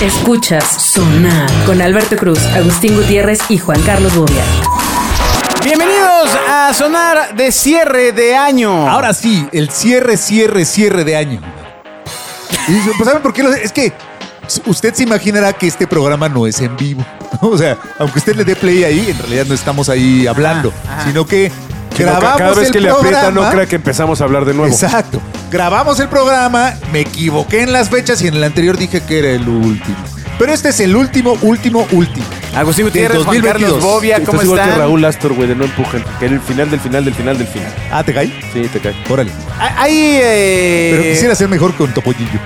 Escuchas Sonar con Alberto Cruz, Agustín Gutiérrez y Juan Carlos Bobia. Bienvenidos a Sonar de cierre de año. Ahora sí, el cierre, cierre, cierre de año. Y dice, pues ¿saben por qué? lo- Es que usted se imaginará que este programa no es en vivo. ¿no? O sea, aunque usted le dé play ahí, en realidad no estamos ahí hablando, sino que Sino que grabamos cada vez el que le aprieta no programa. crea que empezamos a hablar de nuevo. Exacto. Grabamos el programa, me equivoqué en las fechas y en el anterior dije que era el último. Pero este es el último, último, último. Agustín Gutiérrez, Del Juan 2022. Carlos Bobia, ¿cómo Estás igual que están? Raúl Astor, güey, de no empujen. Que el final del final del final del final. Ah, ¿te caí? Sí, te cae. Órale. Ah, Ahí, eh, Pero quisiera ser mejor con Topollillo.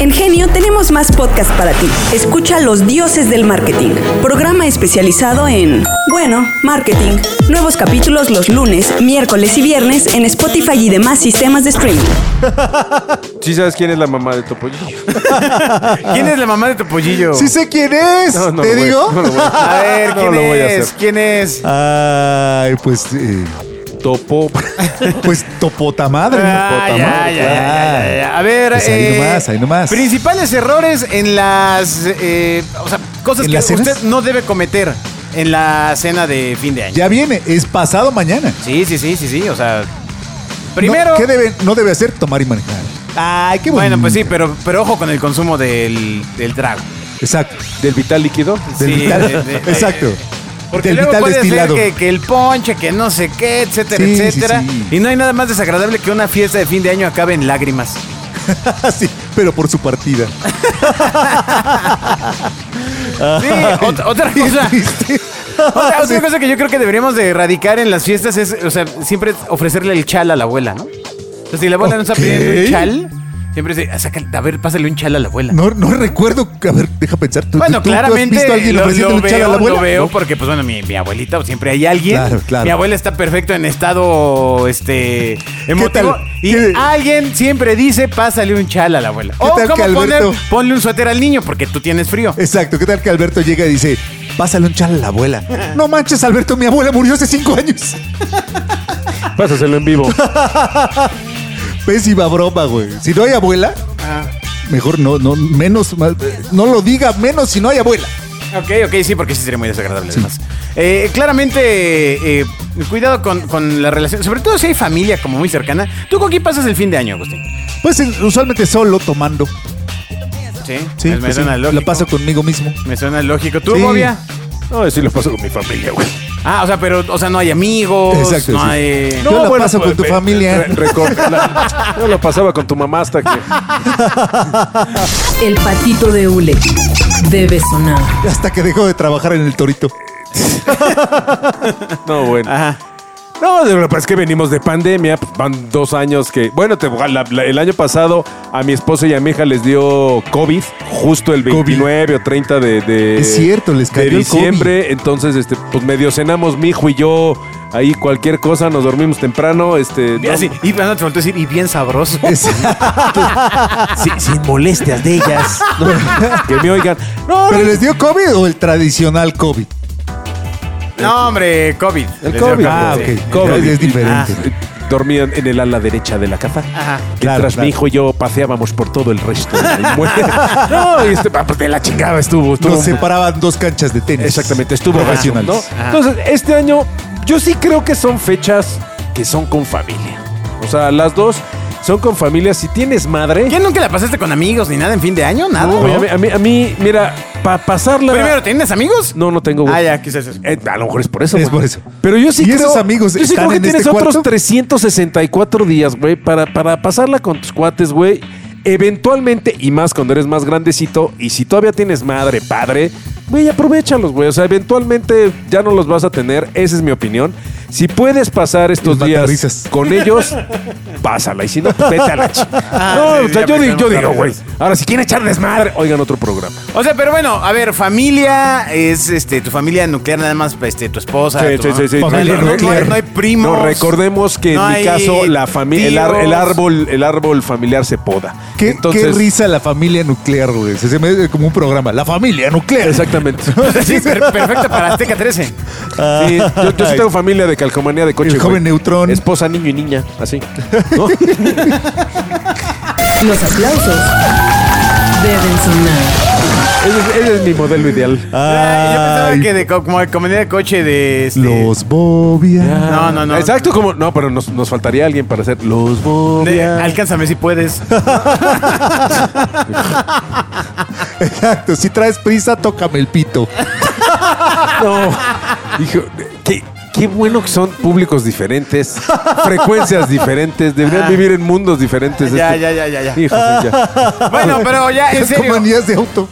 En Genio tenemos más podcast para ti. Escucha Los Dioses del Marketing, programa especializado en, bueno, marketing. Nuevos capítulos los lunes, miércoles y viernes en Spotify y demás sistemas de streaming. Sí sabes quién es la mamá de Topollillo. ¿Quién es la mamá de Topollillo? Sí sé quién es, No, no te lo voy a- digo. no lo voy a hacer. A ver, No ¿quién lo voy a es? hacer. ¿Quién es? Ah, Ay, pues, eh, Topo. pues topota madre. Ah, Topota ya, ya, madre, claro. ya, ya, ya, ya. A ver, eh, Pues ahí nomás, ahí nomás. principales errores en las, eh, o sea, cosas ¿En que las cenas? usted no debe cometer en la cena de fin de año. Ya viene, es pasado mañana. Sí, sí, sí, sí, sí, o sea, primero, No, ¿Qué debe, no debe hacer? Tomar y manejar. Ay, qué bueno, pues sí, pero, pero ojo con el consumo del, del trago. Exacto. Del vital líquido. Del Sí, vital. de- de- exacto. Porque del luego vital puede destilado. ser que, que el ponche, que no sé qué, etcétera, Sí, sí, etcétera. sí. Y no hay nada más desagradable que una fiesta de fin de año acabe en lágrimas. sí, pero por su partida. Sí, ot- otra Ah. Qué cosa. triste. Otra, otra cosa que yo creo que deberíamos de erradicar en las fiestas es, o sea, siempre ofrecerle el chal a la abuela, ¿no? O sea, si la abuela no está Ok. pidiendo un chal, siempre dice, "Ah, saca- a ver, pásale un chal a la abuela. No, no recuerdo. A ver, deja pensar. ¿Tú, Bueno, tú- tú claramente ¿Has visto a alguien lo, ofreciendo lo un chal a la veo, abuela? lo veo porque, pues bueno, mi, mi abuelita pues, siempre hay alguien. Claro, claro. Mi abuela está perfecto en estado este emotivo. tal? Y ¿Qué- alguien siempre dice, pásale un chal a la abuela. O tal que cómo poner, Alberto- ponle un suéter al niño porque tú tienes frío. Exacto. ¿Qué tal que Alberto llega y dice, pásale un chal a la abuela? no manches, Alberto, mi abuela murió hace cinco años. Pásaselo en vivo. Pésima broma, güey. Si no hay abuela, Ah. mejor no, no, menos, más- no lo diga menos si no hay abuela. Ok, ok, sí, porque sí sería muy desagradable además. Eh, claramente, eh, cuidado con, con la relación, sobre todo si hay familia como muy cercana. ¿Tú con quién pasas el fin de año, Agustín? Pues eh, usualmente solo tomando. Sí, Sí, me, me pues, sí, suena lógico. la paso conmigo mismo. Me suena lógico. ¿Tú, Sí. Bobia? No, sí lo paso con mi familia, güey. Ah, o sea, pero, o sea, no hay amigos, Exacto, no sí. hay... Yo la bueno, paso con pues, tu ve- familia. re- recorta la- yo lo pasaba con tu mamá hasta que. El patito de hule debe sonar. Hasta que dejó de trabajar en el torito. No, bueno. Ajá. No, de verdad, es que venimos de pandemia. pues, Van dos años que. Bueno, te- la- la- el año pasado a mi esposa y a mi hija les dio COVID, justo el COVID. 29 o 30 de, de- Es cierto, les cayó de el diciembre. Entonces, este, pues medio cenamos mi hijo y yo ahí cualquier cosa, nos dormimos temprano. Este, Y no- Así, y bueno, te faltó decir, y bien sabroso. Es- que me oigan. No, ¿Pero les dio COVID o el tradicional COVID? No, hombre, COVID. El Les dio COVID. Ah, sí. ok. COVID. Es diferente. eh, dormían en el ala derecha de la cama. Ajá. Mientras Claro, claro. mi hijo y yo paseábamos por todo el resto del inmueble. no, y este, aparte la chingada estuvo. estuvo Nos separaban dos canchas de tenis. Exactamente, estuvo Ah, gacho, racional. ¿no? Entonces, este año yo sí creo que son fechas que son con familia. O sea, las dos son con familia. Si tienes madre, ¿Quién nunca la pasaste con amigos ni nada en fin de año? Nada. no, güey, a, mí, a mí- a mí, mira, para pasarla. Primero, ¿tienes amigos? no, no tengo. güey. Ah, ya, quizás eso. Eh, a lo mejor es por eso. Es güey. por eso. Pero yo sí ¿Y creo. esos amigos yo sí están creo que en tienes este cuarto? otros 364 días, güey, para, para pasarla con tus cuates, güey. Eventualmente, y más cuando eres más grandecito, y si todavía tienes madre, padre, güey, aprovechalos, güey. O sea, eventualmente ya no los vas a tener. Esa es mi opinión. Si puedes pasar estos Los días matarrisas. con ellos, pásala. Y si no, pues, vete a la chica. no, Ah, sí, o sea, ya yo, di- aplicaron yo digo, matarrisas. güey. Ahora, si quieren echar desmadre, oigan otro programa. O sea, pero bueno, a ver, familia es este tu familia nuclear, nada más este, tu esposa. Sí, tu sí, mamá. sí, sí. No, hay- Familia no hay- nuclear. no hay primos. No, recordemos que no en hay mi caso la familia, el, ar- el tíos. árbol, el árbol familiar se poda. ¿Qué, Entonces- qué risa la familia nuclear, güey. Se se me hace como un programa. La familia nuclear. Exactamente. Sí, per- perfecto para Azteca 13. Sí, yo, yo sí Ay. tengo familia de calcomanía de coche. El joven güey. Neutrón. Esposa, niño y niña, así. ¿no? Los aplausos deben sonar. Ese es, ese es mi modelo ideal. Ah, yo pensaba Ay. que de co- como de comedia de coche de. este- Los Bobia. No, no, no. Exacto, como. No, pero nos, nos faltaría alguien para hacer los de- Bobia. alcánzame si puedes. Exacto. Si traes prisa, tócame el pito. No. Hijo, qué, qué bueno que son públicos diferentes, frecuencias diferentes, deberían vivir en mundos diferentes. Ah. Ya, Este- ya, ya, ya, ya. Ah. Hijos, ya. Bueno, pero ya, en Con serio. manías de auto.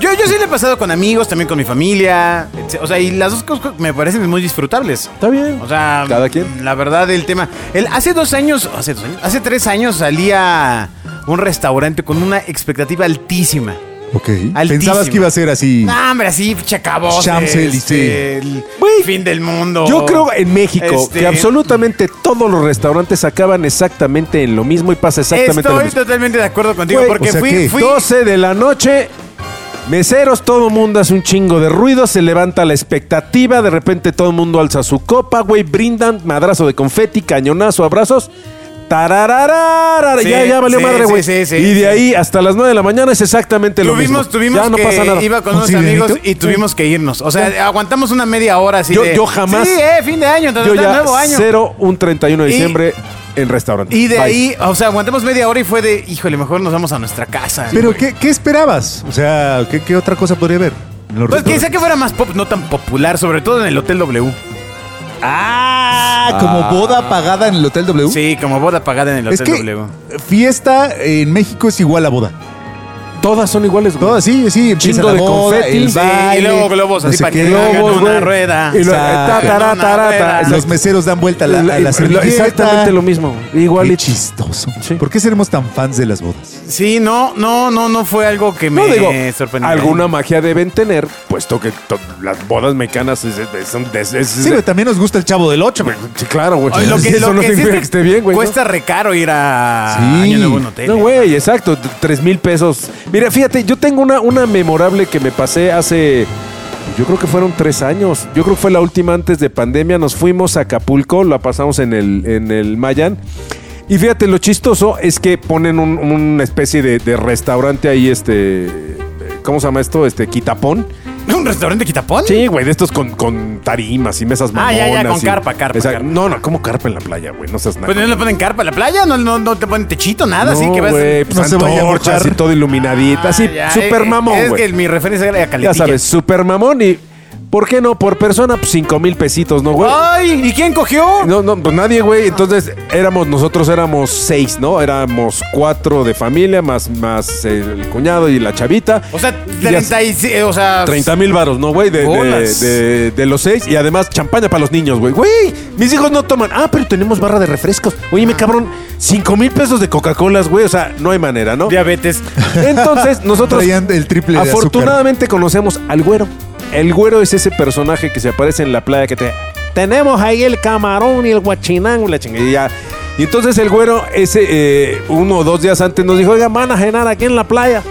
Yo, yo sí le he pasado con amigos, también con mi familia. etc. O sea, y las dos cosas me parecen muy disfrutables. Está bien. O sea, Cada quien. La verdad, el tema. El, hace dos años, hace dos años, hace tres años salía un restaurante con una expectativa altísima. Ok. Pensabas Altísima. que iba a ser así. No, hombre, así, chacabos. Champs-Élysées. el Güey, fin del mundo. Yo creo en México Este, que absolutamente todos los restaurantes acaban exactamente en lo mismo y pasa exactamente lo Estoy mismo. totalmente de acuerdo contigo Güey, porque o sea fui, que fui- 12 de la noche, meseros, todo mundo hace un chingo de ruido, se levanta la expectativa, de repente todo el mundo alza su copa, güey, brindan, madrazo de confeti, cañonazo, abrazos. tarararara, Sí, ya, ya valió sí, madre, sí, güey. sí, sí, y de sí. ahí hasta las 9 de la mañana es exactamente lo mismo. Tuvimos, tuvimos ya no que pasa nada. iba con ¿Un unos sirenito? amigos y tuvimos que irnos. O sea, aguantamos una media hora así Yo- de- yo jamás- Sí, eh, fin de año, Yo ya nuevo año. cero un 31 de Y- diciembre en restaurante. Y de Bye. ahí, o sea, aguantamos media hora y fue de, híjole, mejor nos vamos a nuestra casa. Pues, Pero, güey. ¿qué, qué esperabas? O sea, ¿qué, qué otra cosa podría haber? en los Pues quizá restaurantes? que fuera más pop, no tan popular, sobre todo en el Hotel W. Ah, como boda pagada en el Hotel W. Sí, como boda pagada en el Es Hotel que W. fiesta en México es igual a boda. Todas son iguales, güey. Todo así, sí, empieza Chingo la de boda, confeti. el Sí, baile, y luego globos no así sé para qué, que hagan globos, una güey. rueda. Y lo- Exacto. ta, ta, ta, ta, ta. Los meseros dan vuelta a la, a la servilleta. exactamente lo mismo. Igual Qué y chistoso. Sí. ¿Por qué seremos tan fans de las bodas? Sí, no, no, no, no fue algo que me No digo, sorprendió. alguna magia deben tener, puesto que to- las bodas mexicanas es- es- son de- es- es- Sí, pero también nos gusta el Chavo del Ocho. güey. Sí, claro, güey. Ay, lo que, Eso lo no que sí significa es que esté bien, güey. ¿no? Cuesta recaro ir a Sí. Año Nuevo en hotel. No, güey, exacto. t- Tres mil pesos. Mira, fíjate, yo tengo una, una memorable que me pasé hace. Yo creo que fueron tres años. Yo creo que fue la última antes de pandemia. Nos fuimos a Acapulco, la pasamos en el, en el Mayan. Y fíjate, lo chistoso es que ponen un- una especie de, de restaurante ahí, este. ¿Cómo se llama esto? Este, quitapón. ¿Un restaurante quitapón? Sí, güey, de estos con, con tarimas y mesas Ah, mamonas. ya, ya, con y- carpa, carpa, Exacto. carpa. No, no, ¿cómo carpa en la playa, güey? No seas nada. Pues no le ponen carpa a la playa, no, no, no te ponen techito, nada, así No, que vas. güey, pues no se vaya a antorchas y mojar. todo iluminadita. así, Ah, ya, super eh, mamón, Es güey. que mi referencia era caletilla. Ya sabes, super mamón y... ¿Por qué no? Por persona, pues, cinco mil pesitos, ¿no, güey? ¡Ay! ¿Y quién cogió? No, no, pues nadie, güey. Entonces, éramos, nosotros éramos seis, ¿no? Éramos cuatro de familia, más, más el cuñado y la chavita. O sea, Y ya- 30 y, sí, o sea, 30 mil varos, ¿no, güey? De, de- Bolas. de- de los seis. Y además, champaña para los niños, güey. Güey, mis hijos no toman. Ah, pero tenemos barra de refrescos. Oye, Ah. mi cabrón, 5 mil pesos de Coca-Colas, güey. O sea, no hay manera, ¿no? diabetes. Entonces, nosotros Traían el triple de afortunadamente conocemos al güero. El güero es ese personaje que se aparece en la playa que te... Tenemos ahí el camarón y el guachinango y la chingadilla. Y entonces el güero, ese eh, uno o dos días antes nos dijo, oigan, van a cenar aquí en la playa.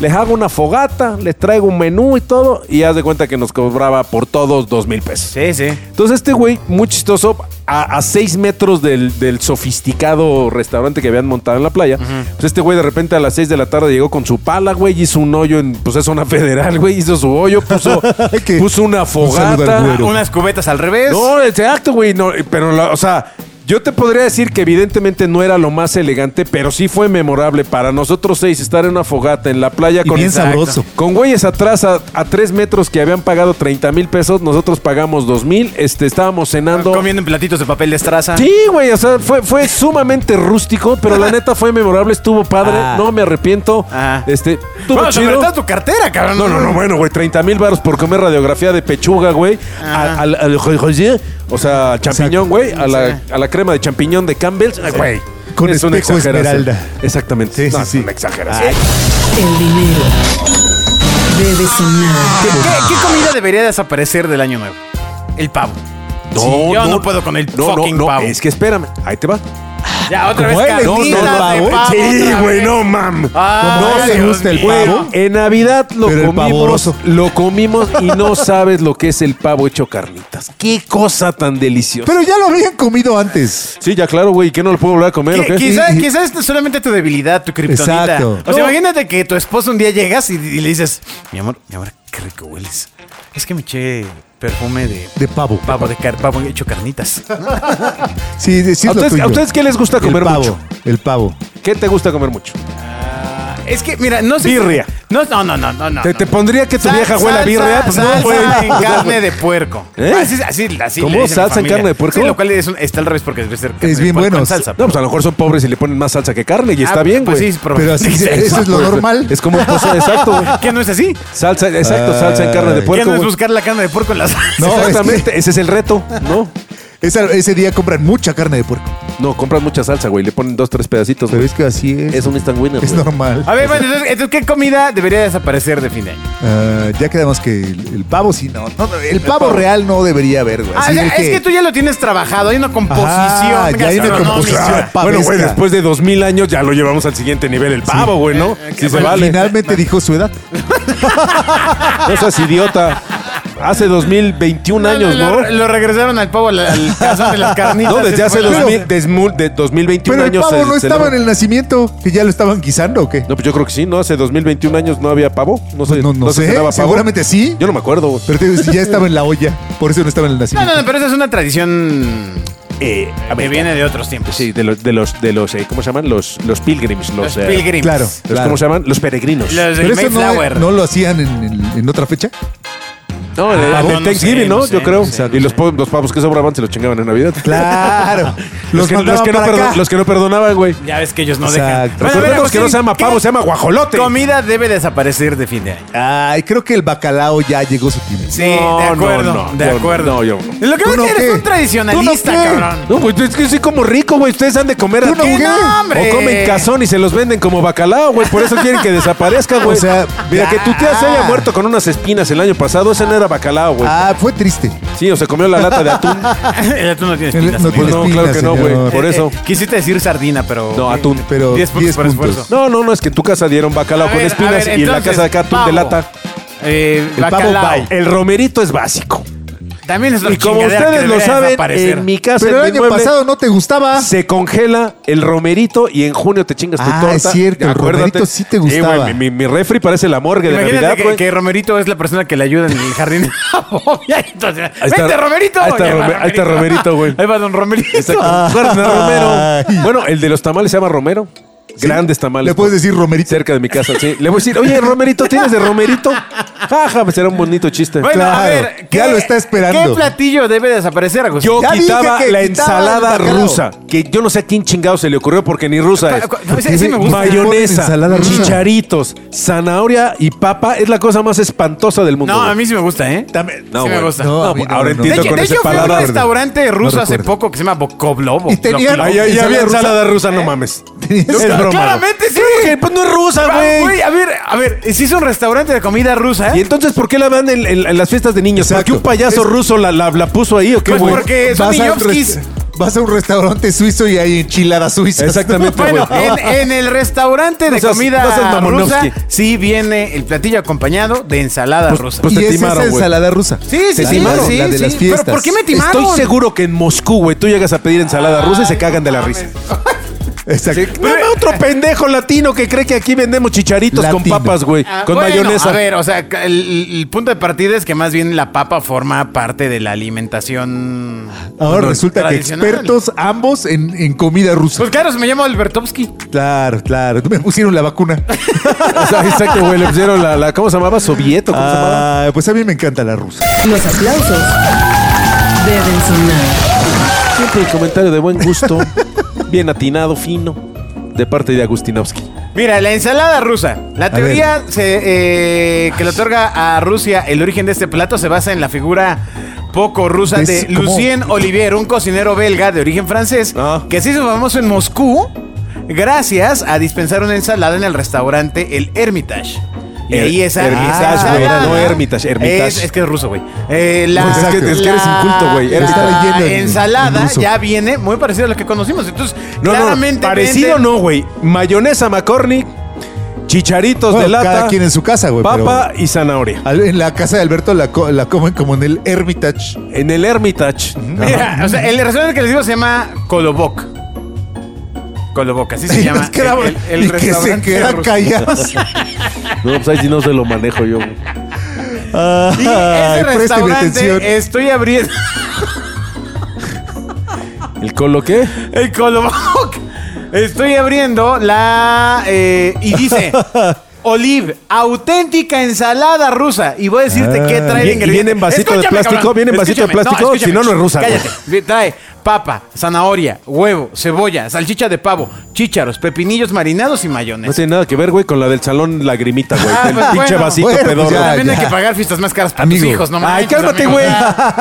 Les hago una fogata, les traigo un menú y todo. Y haz de cuenta que nos cobraba por todos dos mil pesos. Sí, sí. Entonces este güey, muy chistoso, a, a seis metros del, del sofisticado restaurante que habían montado en la playa, pues este güey de repente a las seis de la tarde llegó con su pala, güey, hizo un hoyo en, pues es zona federal, güey, hizo su hoyo, puso, ¿Qué? puso una Un saludo al fogata. güero. Pero- Unas cubetas al revés. no, exacto, güey, no, pero, la- o sea... Yo te podría decir que evidentemente no era lo más elegante, pero sí fue memorable para nosotros seis estar en una fogata en la playa Y con bien Exacto. sabroso. Con güeyes atrás a, a tres metros que habían pagado 30 mil pesos, nosotros pagamos 2 mil, este, estábamos cenando. Ah, Comiendo en platitos de papel de estraza. Sí, güey, o sea, fue, fue sumamente rústico, pero la neta fue memorable, estuvo padre, Ah. no me arrepiento. Ah. Este, estuvo Bueno, sobre chido. todo tu cartera, cabrón. No, no, no, bueno, güey, 30 mil baros por comer radiografía de pechuga, güey. Ajá. Al, al, al jo- joye, o sea, al champiñón, güey, a la, a la crema de champiñón de Campbell's, ay, güey. Con es una espejo exageración. esmeralda. Exactamente. Sí, sí, No, es sí. una exageración. El dinero debe sonar. ¿Qué, qué- qué comida debería desaparecer del año nuevo? El pavo. Sí, yo no puedo con el fucking pavo. Es que espérame, ahí te va. Ya, otra vez ¿Cómo él le gusta el carnitas de pavo? pavo. Sí, Ah, otra güey, vez. no mam. Ay, ¿Cómo no le Dios gusta el mío. pavo? En Navidad lo Pero el comimos, pavoroso. lo comimos y no sabes lo que es el pavo hecho carnitas. Qué cosa tan deliciosa. Pero ya lo habían comido antes. sí, ya claro, güey, ¿qué no lo puedo volver a comer o Qui- qué? quizá- Y- y- Quizás es solamente tu debilidad, tu kriptonita. Exacto. O sea, No. imagínate que tu esposo un día llegas y, y le dices, mi amor, mi amor, qué rico hueles. Es que me eché perfume de De pavo. pavo de car pavo hecho carnitas. Sí, sí, sí ¿A es lo ustedes, tuyo. a ustedes qué les gusta el comer pavo, mucho? El pavo. ¿Qué te gusta comer mucho? es que, mira, no sé. Birria. No, no, no, no, no. ¿Te, Ah, no. te pondría que tu Sal- vieja huela a salsa- birria? Pues no, salsa güey. en carne de puerco. Ah, ¿Eh? Así, así, así ¿Cómo? le dicen a mi ¿Salsa en familia. carne de puerco? Sí, lo cual es un- está al revés porque debe ser carne Es de bien puerco bueno. con salsa. No, pues a lo mejor son pobres y le ponen más salsa que carne y está Ah, bien, güey. pues sí, probable. Pero así, Exacto. eso es lo Pues, normal. Es como cosa, exacto, güey. ¿Qué no es así? Salsa, exacto, salsa en carne de Ay. ¿Qué puerco, no es güey. buscar la carne de puerco en la salsa? No, es que- Exactamente, ese es el reto, ¿no? Esa- ese día compran mucha carne de puerco. No, compran mucha salsa, güey, le ponen dos, tres pedacitos, Pero güey. es que así Pues, es. Es un instant winner, Es güey. normal. A ver, bueno, entonces, entonces, ¿qué comida debería desaparecer de fin de año? Ah, ya quedamos que el, el pavo sí, no. no, el pavo real no debería haber, güey. Ah, Así o sea, el es que tú ya lo tienes trabajado, hay una composición. Ajá, ya hay una gastronómica. composición. Ah, Bueno, güey, Pavesca. después de dos mil años ya lo llevamos al siguiente nivel, el pavo, güey, ¿no? Eh, eh, Si se bueno, vale. Finalmente dijo su edad. No seas idiota. Hace 2021 no, años, lo, ¿no? Lo regresaron al pavo, al, al cazón de las carnitas. No, desde ese hace fue la- 2000, desmu- de 2021 Pero el años. pavo se- no se estaba en lo- el nacimiento, que ya lo estaban guisando o qué. No, pues yo creo que sí, ¿no? Hace 2021 años no había pavo. No sé, Pues no- no se sé, cenaba pavo. seguramente sí. Yo no me acuerdo, güey. Pero te digo, si ya estaba en la olla, por eso no estaba en el No, nacimiento. no, no, pero esa es una tradición Eh, a que ver, viene de otros tiempos. Sí, de los, de los, de los eh, ¿cómo se llaman? Los, los pilgrims. Los Los, eh, pilgrims. Claro. los- ¿Cómo se llaman? Los peregrinos. Los del Pero eso Mayflower. no, no lo hacían en, en- en otra fecha. No, el, Ah, el no, del no Eh, Thanksgiving, sé, ¿no? no sé, Yo creo. no sé, no y los, sé. po- los pavos que sobraban se los chingaban en Navidad. Claro. Los, que, los, que no perdo- los que no perdonaban, güey. Ya ves que ellos no dejan. Bueno, Exacto. a ver, Recordemos que no Agustín, se llama pavo, ¿qué se llama guajolote. Comida debe desaparecer de fin de año. Ay, creo que el bacalao ya llegó su tiempo. Sí, No, de no, acuerdo, no, de yo no, acuerdo. no, yo no. Lo que ¿Tú ves no que eres qué? un tradicionalista, ¿Tú no qué? cabrón. No, güey, es que soy como rico, güey. Ustedes han de comer ¿Tú no ti. qué? No, hombre. O comen cazón y se los venden como bacalao, güey. Por eso quieren que desaparezca, güey. O sea, mira, ya. que tu tía se haya muerto con unas espinas el año pasado, ese no era bacalao, güey. Ah, fue triste. Sí, o se comió la lata de atún. Ya Tú no tienes El- pintas, no amigo. tienes No, claro espinas, que no, señor. güey. Por Eh, eso. eh, quisiste decir sardina, pero. No, atún. Pero 10 puntos 10 por puntos. esfuerzo. No, no, no, es que en tu casa dieron bacalao A con ver, a espinas ver, y en la entonces, casa de acá atún pavo. de lata. Eh, El pavo bacalao. pavo. El romerito es básico. También es la Y como chingadera que ustedes lo debería saben, desaparecer. en mi casa, Pero en el mi año mueble, pasado no te gustaba. se congela el romerito y en junio te chingas tu Ah, torta. es cierto, el Acuérdate. romerito sí te güey, gustaba. mi, mi- mi refri parece la morgue de Imagínate Navidad, pues. que, güey. que Romerito es la persona que le ayuda en el jardín. Entonces, Ahí está- ¡Vente, Romerito! ahí está Ya va Rome- ahí está Romerito, güey. Ahí va don Romerito. Está con Ah. Juan Romero. Ay. Bueno, el de los tamales se llama Romero. Grandes tamales. Le puedes por- decir romerito. Cerca de mi casa, sí. Le voy a decir, oye, Romerito, ¿tienes de Romerito? Jaja, será un bonito chiste. Bueno, a Claro, ver. ya lo está esperando. ¿Qué platillo debe desaparecer, Agustín? Yo Ya dije quitaba que quitaba la el ensalada bacalao. rusa, que yo no sé a quién chingado se le ocurrió porque ni rusa es. Cu- cu- ese- ese me gusta. Ponen Mayonesa, ensalada rusa. chicharitos, zanahoria y papa es la cosa más espantosa del mundo. No, güey. a mí sí me gusta, ¿eh? También- no, Sí me güey. gusta. No, No, pues, a mí no, ahora no, De entiendo no. hecho, con de ese hecho fui a un paladar. restaurante ruso hace recuerdo. poco que se llama Bokoblobo. Y tenían- Lo- Ay, ay, ya había ¿Ensalada rusa? ensalada rusa, no mames. Tenías- Es broma. güey. Claramente sí. Que, pues, no es rusa, Ah, güey. güey, a ver, a ver, si es un restaurante de comida rusa, ¿Y ¿eh? entonces por qué la dan en, en- en las fiestas de niños? ¿Por Exacto. qué un payaso Es- ruso la, la- la puso ahí o qué, Pues güey? porque son Vas a, un niñovskis. rest- vas a un restaurante suizo y hay enchiladas suizas. Exactamente, güey. Bueno, en, en el restaurante de No seas- comida no seas rusa Mamonovsky. sí viene el platillo acompañado de ensalada rusa. pues- y te esa timaron, es güey. ensalada rusa. sí, sí, Te sí, timaron, sí, la de sí. las fiestas. Pero ¿por qué me timaron? Estoy seguro que en Moscú, güey, tú llegas a pedir ensalada rusa y se cagan de la risa. Exacto. No, no, otro pendejo latino que cree que aquí vendemos chicharitos con Latino. papas, güey. Ah, con bueno, mayonesa. A ver, o sea, ca- el, el punto de partida es que más bien la papa forma parte de la alimentación. Ahora no, resulta que tradicional. expertos ambos en, en comida rusa. Pues claro, se me llama Albertovsky. Claro, claro. Me pusieron la vacuna. O sea, exacto, güey. Le pusieron la, la- ¿cómo se llamaba? Sovieto, ¿cómo se llamaba? Ah, pues a mí me encanta la rusa. Los aplausos deben sonar. Siempre el comentario de buen gusto, bien atinado, fino, de parte de Agustinovsky. Mira, la ensalada rusa. La teoría se, eh, que le otorga a Rusia el origen de este plato se basa en la figura poco rusa Es de como- Lucien Olivier, un cocinero belga de origen francés Ah. que se hizo famoso en Moscú gracias a dispensar una ensalada en el restaurante El Hermitage. Y esa. Hermitage, ah, güey, ya. no Hermitage, Hermitage. Es, es que es ruso, güey. Eh, la, Pues es que- es que eres inculto, güey. Eres- Está La lleno de- ensalada ruso. ya viene muy parecida a la que conocimos. Entonces, No, claramente. no, parecido venden- no, güey. Mayonesa McCormick, chicharitos de Bueno, lata. cada quien en su casa, güey, Papa y zanahoria. Al- En la casa de Alberto la, co- la comen como en el Hermitage. En el Hermitage. Mira, o sea, el restaurante que les digo se llama Kolobok. Kolobok, así se Y llama. nos quedamos- el, el- el y que se restaurante quedan ruso. callados. No, pues ahí sí no se lo manejo yo. güey. Y Ay, ese présteme atención. restaurante eh, estoy abriendo ¿El colo qué? el Kolobok. Estoy abriendo la eh, y dice Olive, auténtica ensalada rusa. Y voy a decirte qué trae Y- de y ingredientes. Ah. viene en vasito de Escúchame, plástico, cabrón, viene en vasito de escúchame. plástico, escúchame. si no, no es rusa, güey. Cállate. Trae papa, zanahoria, huevo, cebolla, salchicha de pavo, chícharos, pepinillos marinados y No mayonesa. tiene nada que ver, güey, con la del salón lagrimita, güey. Ah, del pues pinche bueno. vasito Bueno, pedorro. ya, También ya. hay que pagar fiestas más caras para Amigo. tus hijos, no Ah, Ay, manches, cálmate, amigo. güey. Ah,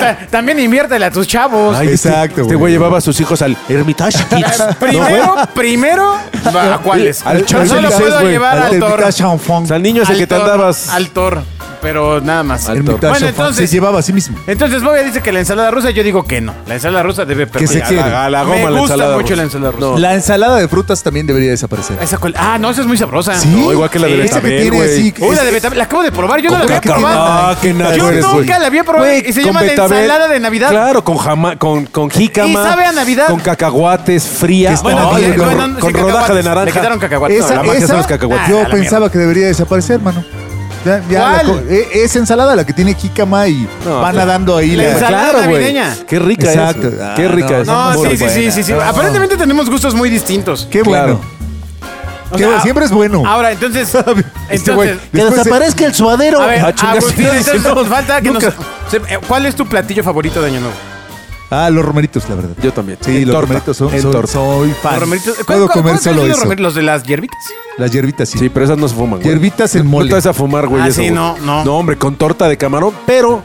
ta- También inviértele a tus chavos. Ay, este- Exacto, güey. Este güey llevaba a sus hijos al Hermitage Kids. Primero, primero, ¿a cuáles? Al Yo solo Hermitage, puedo güey. llevar al Thor. Hermitage Chanfong. O sea, al niño ese Al que te Thor, andabas. Al Thor, pero nada más. Al Thor. Hermitage Bueno, Chanfong. entonces. Se llevaba a sí mismo. Entonces Bobia dice que la ensalada rusa, yo digo que no. La ensalada rusa debe perder. se quede. A la Me goma la gusta ensalada mucho rusa. la ensalada rusa. No. La ensalada de frutas también debería desaparecer. Esa cual- ah, no, esa es muy sabrosa. Sí. No, igual que la de Sí. Esa que Betabel, tiene güey. así. Uy, es- la de betabel, la acabo de probar, yo no la ¿Cómo había que tiene? probado. Ah, qué naco Yo eres, nunca güey. la había probado Güey, y se con llama de betabel. ensalada de Navidad. Claro, con jama, con, con jícama. Y sabe a Navidad. Con cacahuates frías. Bueno, Ay, no, güey, no, con- no, no, con sí, rodaja de cacahuates. naranja. Le quitaron cacahuates. Esa, No, la magia esa- son los cacahuates. Yo Ah, la pensaba que debería desaparecer, mano. Ya, ya la ¿Cuál? co- e- esa ensalada, la que tiene jícama y No, pues, van la- nadando ahí. la la- Ah, ensalada Claro, güey. navideña. Qué rica Exacto. es. Ah, Qué rica no, es. No, Muy sí, sí, buena. sí, sí, sí. Aparentemente tenemos gustos muy distintos. Qué Claro. bueno. ah, Qué bueno, siempre es bueno. Ahora, entonces. Este güey, entonces. después se- el suadero. A ver, Ah, chinga, sí, Agustín, entonces sí, no. nos falta que nos- Nunca. se- eh, ¿Cuál es tu platillo favorito de Año Nuevo? Ah, los romeritos, la verdad. Yo también. Sí, En los torta, romeritos son, en son- torta. soy fan. Los romeritos- ¿cuál- Puedo cuál- comer cuál solo son los eso. romeritos? ¿Los de las hierbitas? Las hierbitas, sí. Sí, pero esas no se fuman, güey. Hierbitas en mole. No te vas a fumar, güey. Ah, eso, sí, güey. no, no. No, hombre, con torta de camarón. Pero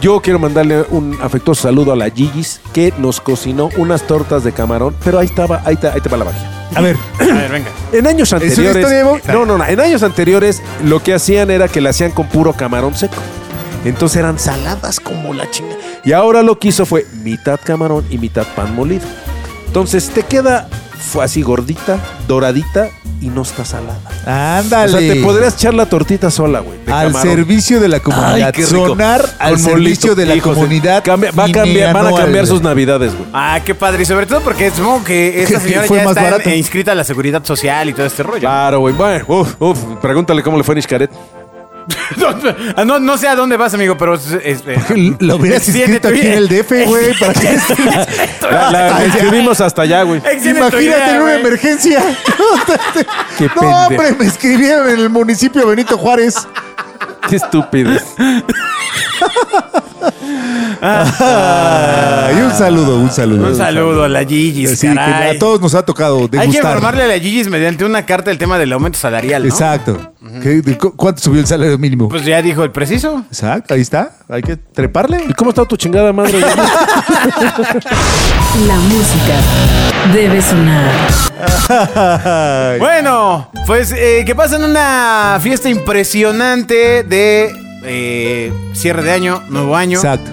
yo quiero mandarle un afectuoso saludo a la Gigi's que nos cocinó unas tortas de camarón. Pero ahí estaba, ahí, está, ahí te va la magia. A ver, A ver, venga. En años una anteriores. historia de box? no, no, no. En años anteriores lo que hacían era que la hacían con puro camarón seco. Entonces eran saladas como la chinga. Y ahora lo que hizo fue mitad camarón y mitad pan molido. Entonces te queda fue así gordita, doradita y no está salada. ándale. O sea, te podrías echar la tortita sola, güey. de al camarón. servicio de la Ay, comunidad. qué rico. Sonar al Con servicio molito, de la hijos comunidad. Cambia- va a cambiar, van a cambiar lineanual. sus navidades, güey. Ah, qué padre. Y sobre todo porque supongo que esta Que señora fue ya más está en- barato. eh, inscrita a la seguridad social y todo este rollo. Claro, güey. Bueno, uf, uf. Pregúntale cómo le fue a Nishkaret. Ah, no, no sé a dónde vas, amigo, pero. es- es- eh, Lo hubieras Extiende inscrito tu aquí en vida. el DF, güey. para que- La, la- la escribimos hasta allá, güey. extiende tu Imagínate idea, en una güey. emergencia. Qué No, pendejo. hombre, me escribieron en el municipio Benito Juárez. Qué estúpidos. Ah, y un saludo, un saludo. Un saludo a la Gigi. Sí, que a todos nos ha tocado degustar. Hay que informarle a la Gigi's mediante una carta el tema del aumento salarial. ¿no? Exacto. ¿Qué- de cu- ¿Cuánto subió el salario mínimo? Pues ya dijo el preciso. Exacto, ahí está. Hay que treparle. ¿Y cómo está tu chingada madre? güey? La música debe sonar. Bueno, pues eh, que pasen una fiesta impresionante de eh, cierre de año, nuevo año. Exacto.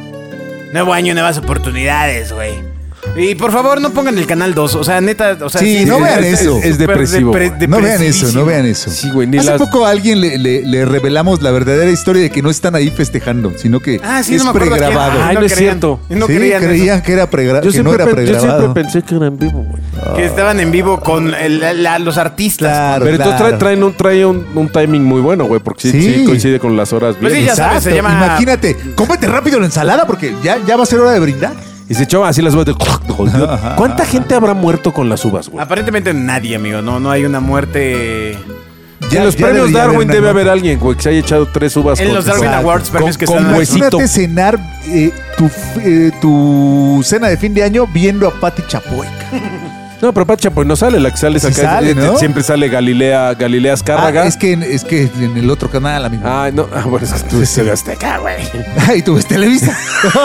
Nuevo año, nuevas oportunidades, güey. Y por favor, no pongan el canal 2. O sea, neta, o sea, Sí, no vean eso. Es depresivo, súper güey. No vean eso, no vean eso. Sí, güey, ni Hace las- poco a alguien le, le- le revelamos la verdadera historia de que no están ahí festejando, sino que Ah, sí, es no me acuerdo. pregrabado. quién. Ay, no es creían. cierto. Y No sí, creían. eso. creían que, era pregra- Yo, que no siempre era pen- yo siempre pregrabado. pensé que era en vivo, güey. Que estaban en vivo con el- la- la- los artistas. Claro, Pero entonces trae, claro. traen un, trae un, un timing muy bueno, güey, porque sí, Sí. sí coincide con las horas Pues bien. sí, ya sabes, se llama- Imagínate, cómete rápido la ensalada porque ya, ya va a ser hora de brindar. Y se echó así las voces. de- ¿Cuánta gente habrá muerto con las uvas, Ah, güey? Aparentemente nadie, amigo. No, no hay una muerte. en los premios debería Darwin una debe nota. haber alguien, güey, que se haya echado tres uvas. En con- los Darwin con- Awards, premios que con, se con dan. huesito. Imagínate cenar eh, tu, f- eh, tu cena de fin de año viendo a Pati Chapoica. No, pero Pacha, pues no sale. La que sale es Sí acá. sale, eh, ¿no? Siempre sale Galilea, Galilea Azcárraga. Ah, es, que, en- es que en el otro canal, amigo. Ay, no. Ah, bueno, es que tú se Azteca, güey. Ay, tú ves Televisa.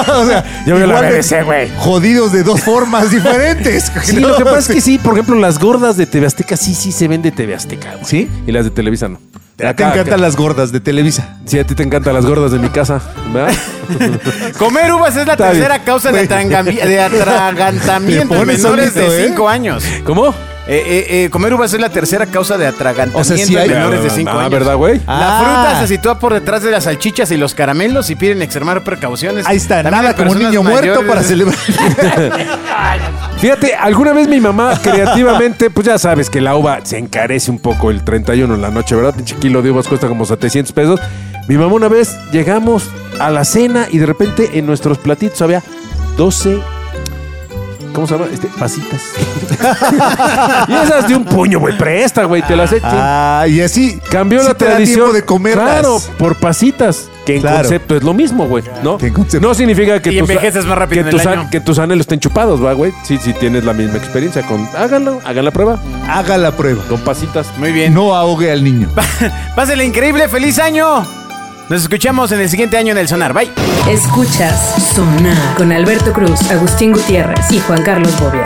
o sea, Yo veo la igual de BBC, güey. Jodidos de dos formas diferentes. Sí, No, lo que pasa es sí. que sí, por ejemplo, las gordas de TV Azteca sí, sí se ven de TV Azteca, güey. ¿Sí? Y las de Televisa no. Te acá- encantan las gordas de Televisa. Sí, a ti te encantan las gordas de mi casa, ¿verdad? Comer uvas es la Está bien. tercera causa de, atrangami- de atragantamiento Te en pones menores solito, de ¿eh? 5 años. Eh, ¿Cómo? eh, eh, comer uvas es la tercera causa de atragantamiento O sea, sí en hay- menores de Ah, 5 ah, años. ¿verdad, güey? La Ah. fruta se sitúa por detrás de las salchichas y los caramelos y piden extremar precauciones. Ahí está, También nada las como un personas niño mayores- muerto ¿eh? para celebrar. Fíjate, alguna vez mi mamá creativamente, pues ya sabes que la uva se encarece un poco el 31 en la noche, ¿verdad? Pinche kilo de uvas cuesta como 700 pesos. Mi mamá una vez llegamos a la cena y de repente en nuestros platitos había 12... ¿Cómo se llama? Este, pasitas. y esas de un puño, güey. Presta, güey. Te las echo. Ah, y así Cambió sí la te da tradición. tiempo de comerlas. Claro, por pasitas. Que en Claro. concepto es lo mismo, güey. ¿no? Que en concepto. no significa que Y envejeces más rápido que en el tus, año. que tus anhelos estén chupados, va, güey. Sí, sí tienes la misma experiencia. Con, háganlo, hagan la prueba. Haga la prueba. Con pasitas. Mm. Muy bien. No ahogue al niño. Pásale increíble, feliz año. Nos escuchamos en el siguiente año en el sonar. Bye. Escuchas Sonar con Alberto Cruz, Agustín Gutiérrez y Juan Carlos Bobia.